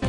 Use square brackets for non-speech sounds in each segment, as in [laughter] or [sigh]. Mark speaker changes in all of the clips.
Speaker 1: 蘭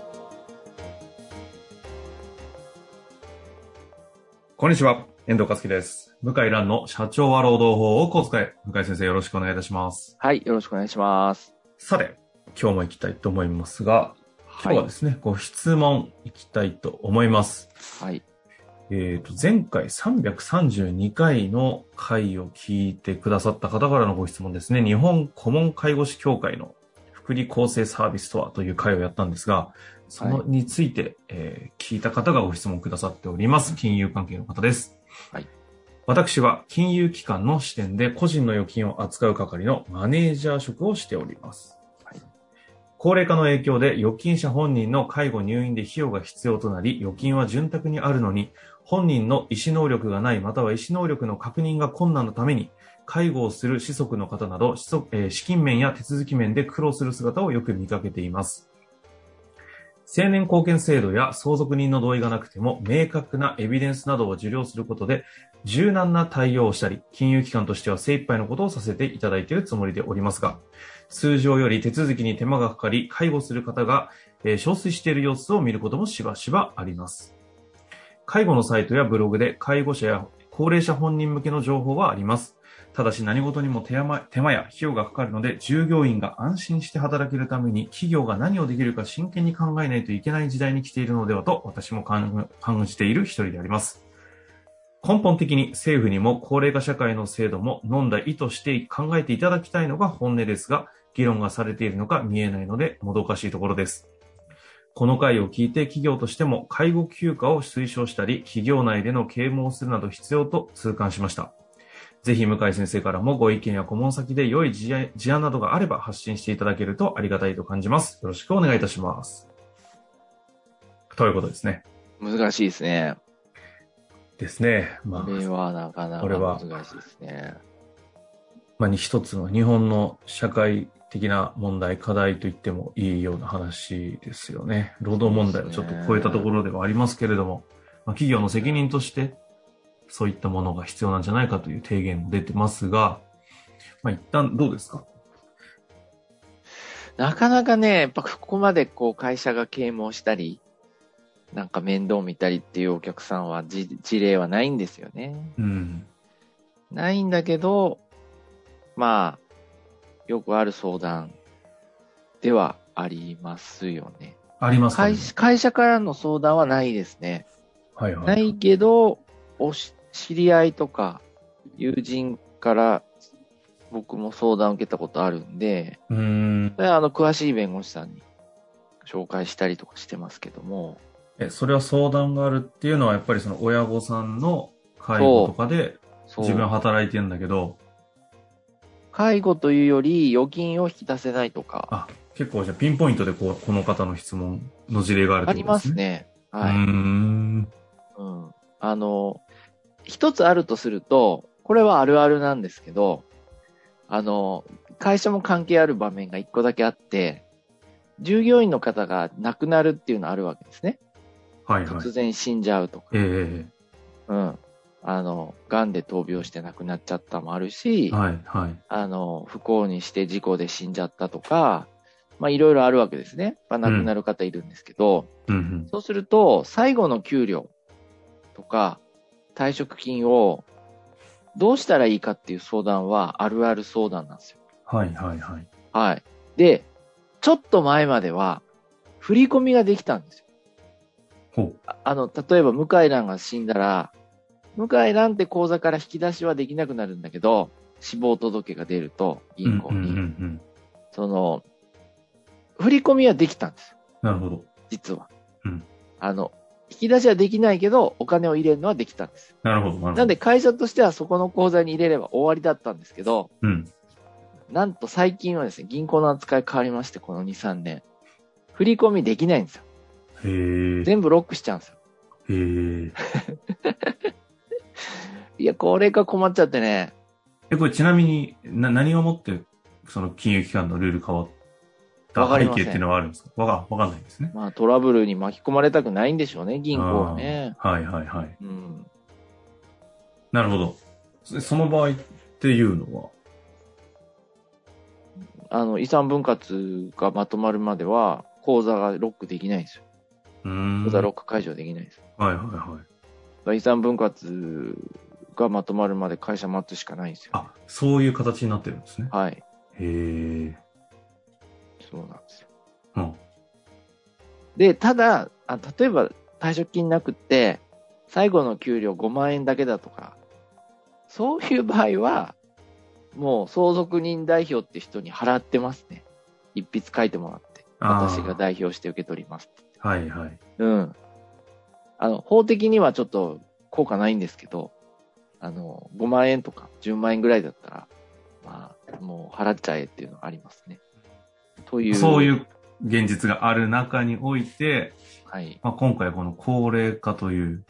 Speaker 2: こんにちは、遠藤和樹です。向井蘭の社長は労働法をこう使え。向井先生よろしくお願いいたします。
Speaker 3: はい、よろしくお願いします。
Speaker 2: さて、今日も行きたいと思いますが、今
Speaker 3: は
Speaker 2: 日
Speaker 3: い
Speaker 2: は。ですね、ご質問行きたいと思います。
Speaker 3: はい。
Speaker 2: えっ、と、前回332回の回を聞いてくださった方からのご質問ですね、日本顧問介護士協会の福利厚生サービスとはという回をやったんですが、その
Speaker 3: は
Speaker 2: について、えー聞いた方がご質問くださっております。金融関係の方です。
Speaker 3: はい。
Speaker 2: 私は金融機関の視点で個人の預金を扱う係のマネージャー職をしております。
Speaker 3: はい
Speaker 2: 高齢化の影響で預金者本人の介護入院で費用が必要となり、預金は潤沢にあるのに、本人の医師能力がないまたは医師能力の確認が困難のために、介護をする子息の方など、子息えー資金面や手続き面で苦労する姿をよく見かけています。成年貢献制度や相続人の同意がなくても、明確なエビデンスなどを受領することで、柔軟な対応をしたり、金融機関としては精一杯のことをさせていただいているつもりでおりますが、通常より手続きに手間がかかり、介護する方が、えー憔悴している様子を見ることもしばしばあります。介護のサイトやブログで介護者や高齢者本人向けの情報はあります。ただし何事にも手間手間や費用がかかるので、従業員が安心して働けるために企業が何をできるか真剣に考えないといけない時代に来ているのではと私も感感じている一人であります。根本的に政府にも高齢化社会の制度も飲んだ意図して考えていただきたいのが本音ですが、議論がされているのか見えないのでもどかしいところです。この回を聞いて企業としても介護休暇を推奨したり、企業内での啓蒙をするなど必要と痛感しました。ぜひ向井先生からもご意見や顧問先で良い事案事案などがあれば発信していただけるとありがたいと感じます。よろしくお願いいたします。ということですね。
Speaker 3: 難しいですね。
Speaker 2: ですね。まあ
Speaker 3: これはなかなか
Speaker 2: これは
Speaker 3: 難しいですね。
Speaker 2: まあ、に一つの日本の社会的な問題、課題と言ってもいいような話ですよね。労働問題をちょっと超えたところではありますけれども、まあ、企業の責任として、そういったものが必要なんじゃないかという提言も出てますが、まあ、一旦どうですか
Speaker 3: なかなかね、やっぱここまでこう会社が啓蒙したり、なんか面倒見たりっていうお客さんはじ事例はないんですよね。
Speaker 2: うん。
Speaker 3: ないんだけど、まあ、よくある相談ではありますよね。
Speaker 2: ありますか、ね
Speaker 3: 会、会社からの相談はないですね。
Speaker 2: はいは。
Speaker 3: ないいけど、おし知り合いとか友人から僕も相談を受けたことあるんで、
Speaker 2: うーん。
Speaker 3: それはあの詳しい弁護士さんに紹介したりとかしてますけども、
Speaker 2: え、それは相談があるっていうのは、やっぱりその親御さんの介護とかで
Speaker 3: そう
Speaker 2: 自分は働いてんだけど、
Speaker 3: 介護というより預金を引き出せないとか、
Speaker 2: あ、結構じゃあピンポイントでこう、この方の質問の事例がある
Speaker 3: あ
Speaker 2: って
Speaker 3: り
Speaker 2: こと
Speaker 3: ま
Speaker 2: ですすね。
Speaker 3: ね。はい。
Speaker 2: うーん。
Speaker 3: うん。あの、一つあるとすると、これはあるあるなんですけど、あの、会社も関係ある場面が一個だけあって、従業員の方が亡くなるっていうのあるわけですね。
Speaker 2: はいはい
Speaker 3: 突。然死んじゃうとか、
Speaker 2: え
Speaker 3: うん。あの、癌で闘病して亡くなっちゃったもあるし
Speaker 2: え、はいはい。
Speaker 3: あの、不幸にして事故で死んじゃったとか、まあいろいろあるわけですね。まあ亡くなる方いるんですけど、
Speaker 2: うんうん。
Speaker 3: そうすると、最後の給料とか退職金をどうしたらいいかっていう相談はあるある相談なんですよ。
Speaker 2: はいはいはい。
Speaker 3: はい。で、ちょっと前までは振り込みができたんですよ。
Speaker 2: ほう。
Speaker 3: ああの、例えば向井蘭が死んだら、向井蘭って口座から引き出しはできなくなるんだけど、死亡届が出ると銀行に、
Speaker 2: うんうんうんうん。
Speaker 3: その、振り込みはできたんですよ
Speaker 2: なるほど。
Speaker 3: 実は。
Speaker 2: うん
Speaker 3: あの、引き出しはできないけど、お金を入れるのはできたんです。
Speaker 2: なるほど。なるほど。
Speaker 3: なんで会社としてはそこの口座に入れれば終わりだったんですけど、
Speaker 2: うん。
Speaker 3: なんと最近はですね、銀行の扱い変わりまして、この2、3年。振り込みできないんですよ。
Speaker 2: へへえ。
Speaker 3: 全部ロックしちゃうんですよ。
Speaker 2: へえ。
Speaker 3: いや、これが困っちゃってね。
Speaker 2: え、これちなみに、な、何をもって、その金融機関のルール変わった
Speaker 3: わか
Speaker 2: 背
Speaker 3: りませ
Speaker 2: 景っ
Speaker 3: ん
Speaker 2: ていうのはあるんですかわかわかんないんですね。
Speaker 3: まあトラブルに巻き込まれたくないんでしょうね、銀行はね。
Speaker 2: はいはいはい。
Speaker 3: うん。
Speaker 2: なるほど。そその場合っていうのは、
Speaker 3: あの、遺産分割がまとまるまでは、口座がロックできないんですよ。
Speaker 2: うーん。
Speaker 3: 口座ロック解除できないんですよ。
Speaker 2: はいはいはい。
Speaker 3: だから遺産分割がまとまるまで会社待つしかないんですよ。
Speaker 2: あ、そういう形になってるんですね。
Speaker 3: はい。
Speaker 2: へえ。
Speaker 3: そうなんですよ。
Speaker 2: うん。
Speaker 3: で、ただ、あ例えば退職金なくって、最後の給料5万円だけだとか、そういう場合は、もう相続人代表って人に払ってますね。一筆書いてもらって。
Speaker 2: あー
Speaker 3: 私が代表して受け取りますって。
Speaker 2: はいはい。
Speaker 3: うん。あの、法的にはちょっと効果ないんですけど、あの、5万円とか10万円ぐらいだったら、まあ、もう払っちゃえっていうのがありますね。という。
Speaker 2: そういう現実がある中において、
Speaker 3: はい。
Speaker 2: まあ、今回この高齢化という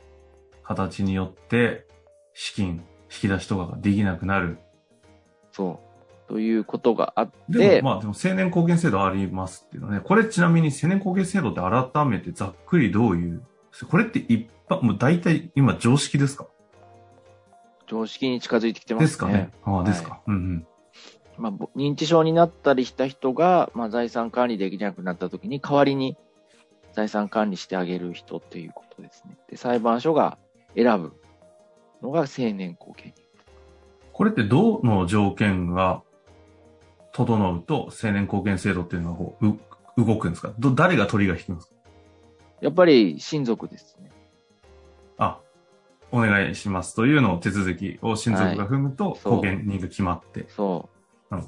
Speaker 2: 形によって、資金、引き出しとかができなくなる。
Speaker 3: そう。ということがあっ
Speaker 2: で
Speaker 3: て、
Speaker 2: も、まあ、でも青年貢献制度ありますっていうのはね、これちなみに青年貢献制度って改めてざっくりどういう、これって一般、もう大体今常識ですか
Speaker 3: 常識に近づいてきてますね。
Speaker 2: ですかね。ああ、ですか。うんうん。
Speaker 3: まあ、ぼ認知症になったりした人が、まあ、財産管理できなくなった時に代わりに財産管理してあげる人っていうことですね。で、裁判所が選ぶのが青年後見人。
Speaker 2: これってどの条件が整うと青年貢献制度っていうのがこうう動くんですかど誰が取りが引くんですか
Speaker 3: やっぱり親族ですね。
Speaker 2: あ、お願いしますというのを手続きを親族が踏むと
Speaker 3: いそう
Speaker 2: 貢献人が決まって。
Speaker 3: そ
Speaker 2: うん
Speaker 3: う。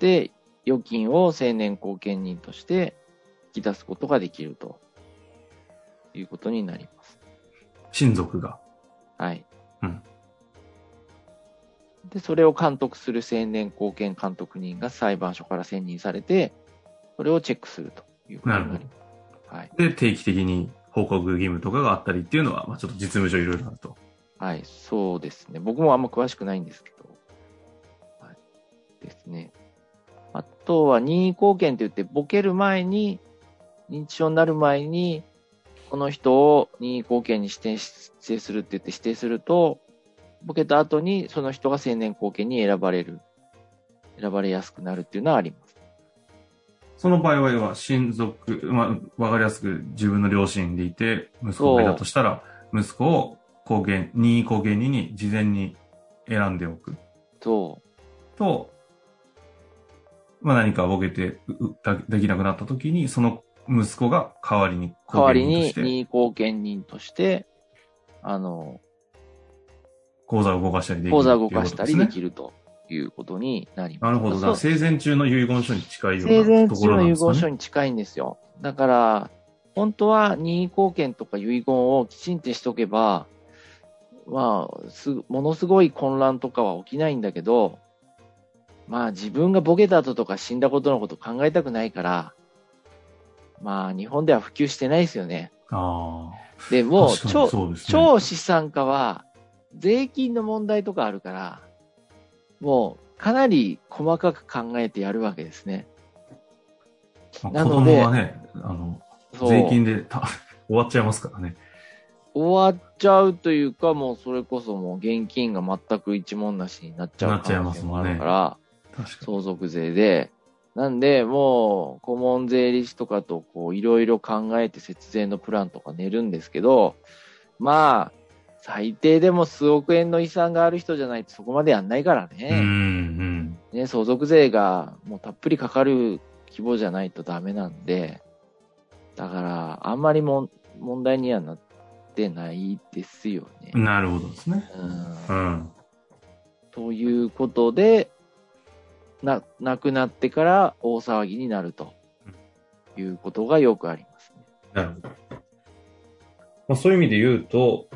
Speaker 3: で、預金を青年後見人として引き出すことができるということになります。
Speaker 2: 親族が。
Speaker 3: はい。
Speaker 2: うん
Speaker 3: で、それを監督する青年後見監督人が裁判所から選任されて、それをチェックするということになります。はい。
Speaker 2: で、定期的に報告義務とかがあったりっていうのは、まあ、ちょっと実務上いろいろあると。
Speaker 3: はい。そうですね。僕もあんま詳しくないんですけど。はい。ですね。あとは任意後見って言って、ボケる前に、認知症になる前に、この人を任意後見に指定し指定するって言って指定すると、ボケた後にその人が青年後見に選ばれる、選ばれやすくなるっていうのはあります。
Speaker 2: その場合は、要は親族、まあ、わかりやすく自分の両親でいて、息子がいたとしたら、息子を貢献、任意貢献人に事前に選んでおく
Speaker 3: と、
Speaker 2: と、まあ、何かボケてううだできなくなった時に、その息子が代わりに
Speaker 3: 代
Speaker 2: 貢
Speaker 3: わ
Speaker 2: 献
Speaker 3: り
Speaker 2: 人と
Speaker 3: に
Speaker 2: して
Speaker 3: 任意後見人として、あの、
Speaker 2: 口座を動かしたりできる
Speaker 3: 口座
Speaker 2: ってい
Speaker 3: を
Speaker 2: う
Speaker 3: 動かしたり
Speaker 2: こと
Speaker 3: です
Speaker 2: ね
Speaker 3: きるということになります。
Speaker 2: なるほど。だか
Speaker 3: そう
Speaker 2: ら生前中の遺言書に近いよ
Speaker 3: 生
Speaker 2: う
Speaker 3: 前
Speaker 2: なと
Speaker 3: 中
Speaker 2: ころな
Speaker 3: の
Speaker 2: ん
Speaker 3: 遺
Speaker 2: ですか
Speaker 3: 言書
Speaker 2: ね。
Speaker 3: に近いんですよ。だから、本当は任意貢献とか遺言をきちんとしとけば、まあ、す、ものすごい混乱とかは起きないんだけど、まあ自分がボケた後とか死んだことのこと考えたくないから、まあ日本では普及してないですよね。
Speaker 2: あ
Speaker 3: で、
Speaker 2: あ。
Speaker 3: もう
Speaker 2: 確かに
Speaker 3: 超、
Speaker 2: そうですね
Speaker 3: 超資産家は税金の問題とかあるから、もうかなり細かく考えてやるわけですね。
Speaker 2: まあ
Speaker 3: な
Speaker 2: 子
Speaker 3: ので
Speaker 2: 供はね、あの、
Speaker 3: そう
Speaker 2: 税金でた [laughs] 終わっちゃいますからね。
Speaker 3: 終わっちゃうというか、もうそれこそもう現金が全く一文なしになっちゃ
Speaker 2: な
Speaker 3: う
Speaker 2: っちゃい
Speaker 3: 可能
Speaker 2: ます
Speaker 3: 性
Speaker 2: も
Speaker 3: も
Speaker 2: ん
Speaker 3: あ
Speaker 2: ね
Speaker 3: るから、
Speaker 2: 確かに。
Speaker 3: 相続税で。なんで、もう、顧問税理士とかと、こう、いろいろ考えて節税のプランとか練るんですけど、まあ、最低でも数億円の遺産がある人じゃないとそこまでやんないから
Speaker 2: うん、う
Speaker 3: ね。
Speaker 2: ん。
Speaker 3: ね、相続税がもうたっぷりかかる規模じゃないとダメなんで、だから、あんまりもん問題にはなってないですよね。
Speaker 2: なるほどですね。
Speaker 3: うん
Speaker 2: うん。
Speaker 3: ということで、な、亡くなってから大騒ぎになるということがよくありますね。
Speaker 2: なるほど。まあ、そういう意味で言うと、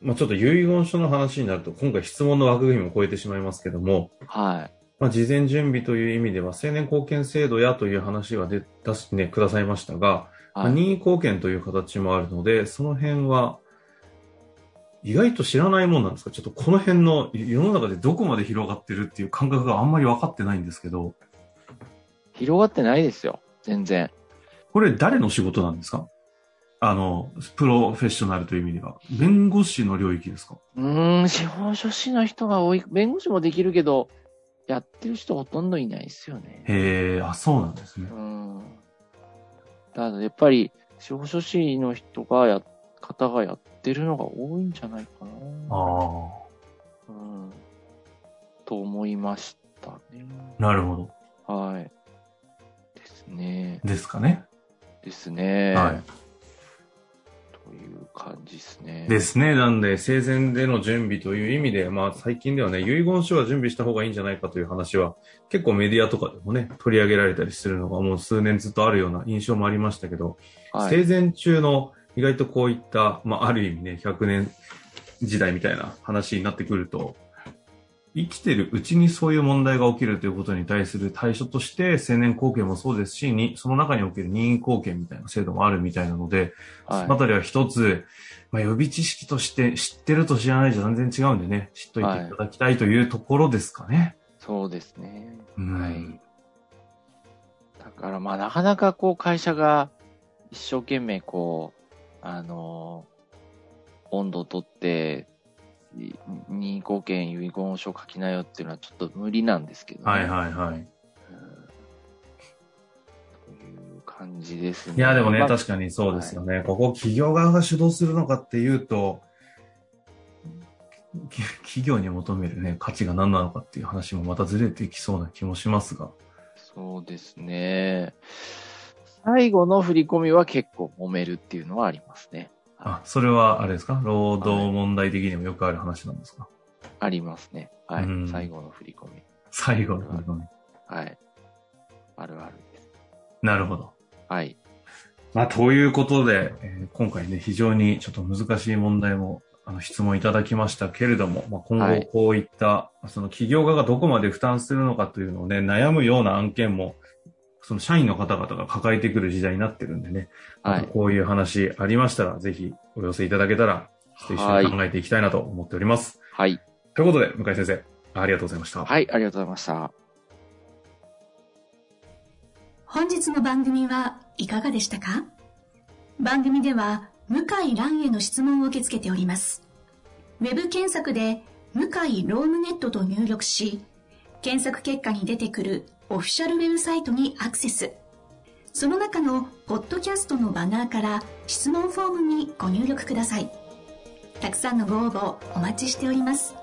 Speaker 2: まあ、ちょっと遺言書の話になると、今回質問の枠組みも超えてしまいますけども、
Speaker 3: は
Speaker 2: まあ、事前準備という意味では、成年貢献制度やという話は出出し、ね、くださいましたが、まあ
Speaker 3: はい
Speaker 2: 任意貢献という形もあるので、その辺は、意外と知らないもんなんですかちょっとこの辺の世の中でどこまで広がってるっていう感覚があんまり分かってないんですけど、
Speaker 3: 広がってないですよ。全然。
Speaker 2: これ誰の仕事なんですかあの、プロフェッショナルという意味では。弁護士の領域ですか
Speaker 3: うーん、司法書士の人が多い。弁護士もできるけど、やってる人ほとんどいないですよね。
Speaker 2: へえ、あ、そうなんですね
Speaker 3: う。ん。ただ、やっぱり、司法書士の人がや、方がやってるのが多いんじゃないか
Speaker 2: あ
Speaker 3: な。
Speaker 2: あ。
Speaker 3: うん。と思いましたね。
Speaker 2: なるほど。
Speaker 3: はい。ですね。
Speaker 2: ですかね。
Speaker 3: ですね。
Speaker 2: はい。
Speaker 3: という感じですね。
Speaker 2: ですね。なんで、生前での準備という意味で、まあ、最近ではね、遺言書は準備した方がいいんじゃないかという話は、結構メディアとかでもね、取り上げられたりするのがもう数年ずっとあるような印象もありましたけど、
Speaker 3: はい。
Speaker 2: 生前中の意外とこういった、まあ、ある意味ね、100年時代みたいな話になってくると、生きてるうちにそういう問題が起きるということに対する対処として、青年貢献もそうですし、にその中における任意貢献みたいな制度もあるみたいなので、そのあ
Speaker 3: は
Speaker 2: たりは一つ、まあ、予備知識として知ってると知らないじゃ全然違うんでね、知っといていただきたいというところですかね。
Speaker 3: い。そうですね。
Speaker 2: うん
Speaker 3: はい。だからまあなかなかこう会社が一生懸命こう、あのー温度をとって、い任意貢献遺言書書きなよっていうのはちょっと無理なんですけどね。
Speaker 2: はいはいはい。
Speaker 3: という感じですね。
Speaker 2: いや、でもね、
Speaker 3: まあ
Speaker 2: 確かにそうですよね。ここ企業側が主導するのかっていうと、き企業に求めるね、価値が何なのかっていう話もまたずれてきそうな気もしますが。
Speaker 3: そうですね。最後の振り込みは結構揉めるっていうのはありますね。
Speaker 2: あ、それはあれですか労働問題的にもよくある話なんですか、
Speaker 3: ありますね。はい。
Speaker 2: うん
Speaker 3: 最後の振り込み。
Speaker 2: 最後の振り込み
Speaker 3: はい。あるあるです。
Speaker 2: なるほど。
Speaker 3: はい。
Speaker 2: まあ、ということで、えー今回ね、非常にちょっと難しい問題も、あの、質問いただきましたけれども、まあ、今
Speaker 3: は
Speaker 2: 後
Speaker 3: い
Speaker 2: こういった、その企業側がどこまで負担するのかというのをね、悩むような案件も、その社員の方々が抱えてくる時代になってるんでね、
Speaker 3: は
Speaker 2: ま
Speaker 3: い
Speaker 2: た。こういう話ありましたら、ぜひお寄せいただけたら、ちょっと一緒に考えていきたいなと思っております。
Speaker 3: はい。
Speaker 2: ということで、向井先生、ありがとうございました。
Speaker 3: はい。ありがとうございました。
Speaker 1: 本日の番組はいかがでしたか番組では向井蘭への質問を受け付けております。ウェブ検索で向井ロームネットと入力し、検索結果に出てくるオフィシャルウェブサイトにアクセス。その中のポッドキャストのバナーから質問フォームにご入力ください。たくさんのご応募お待ちしております。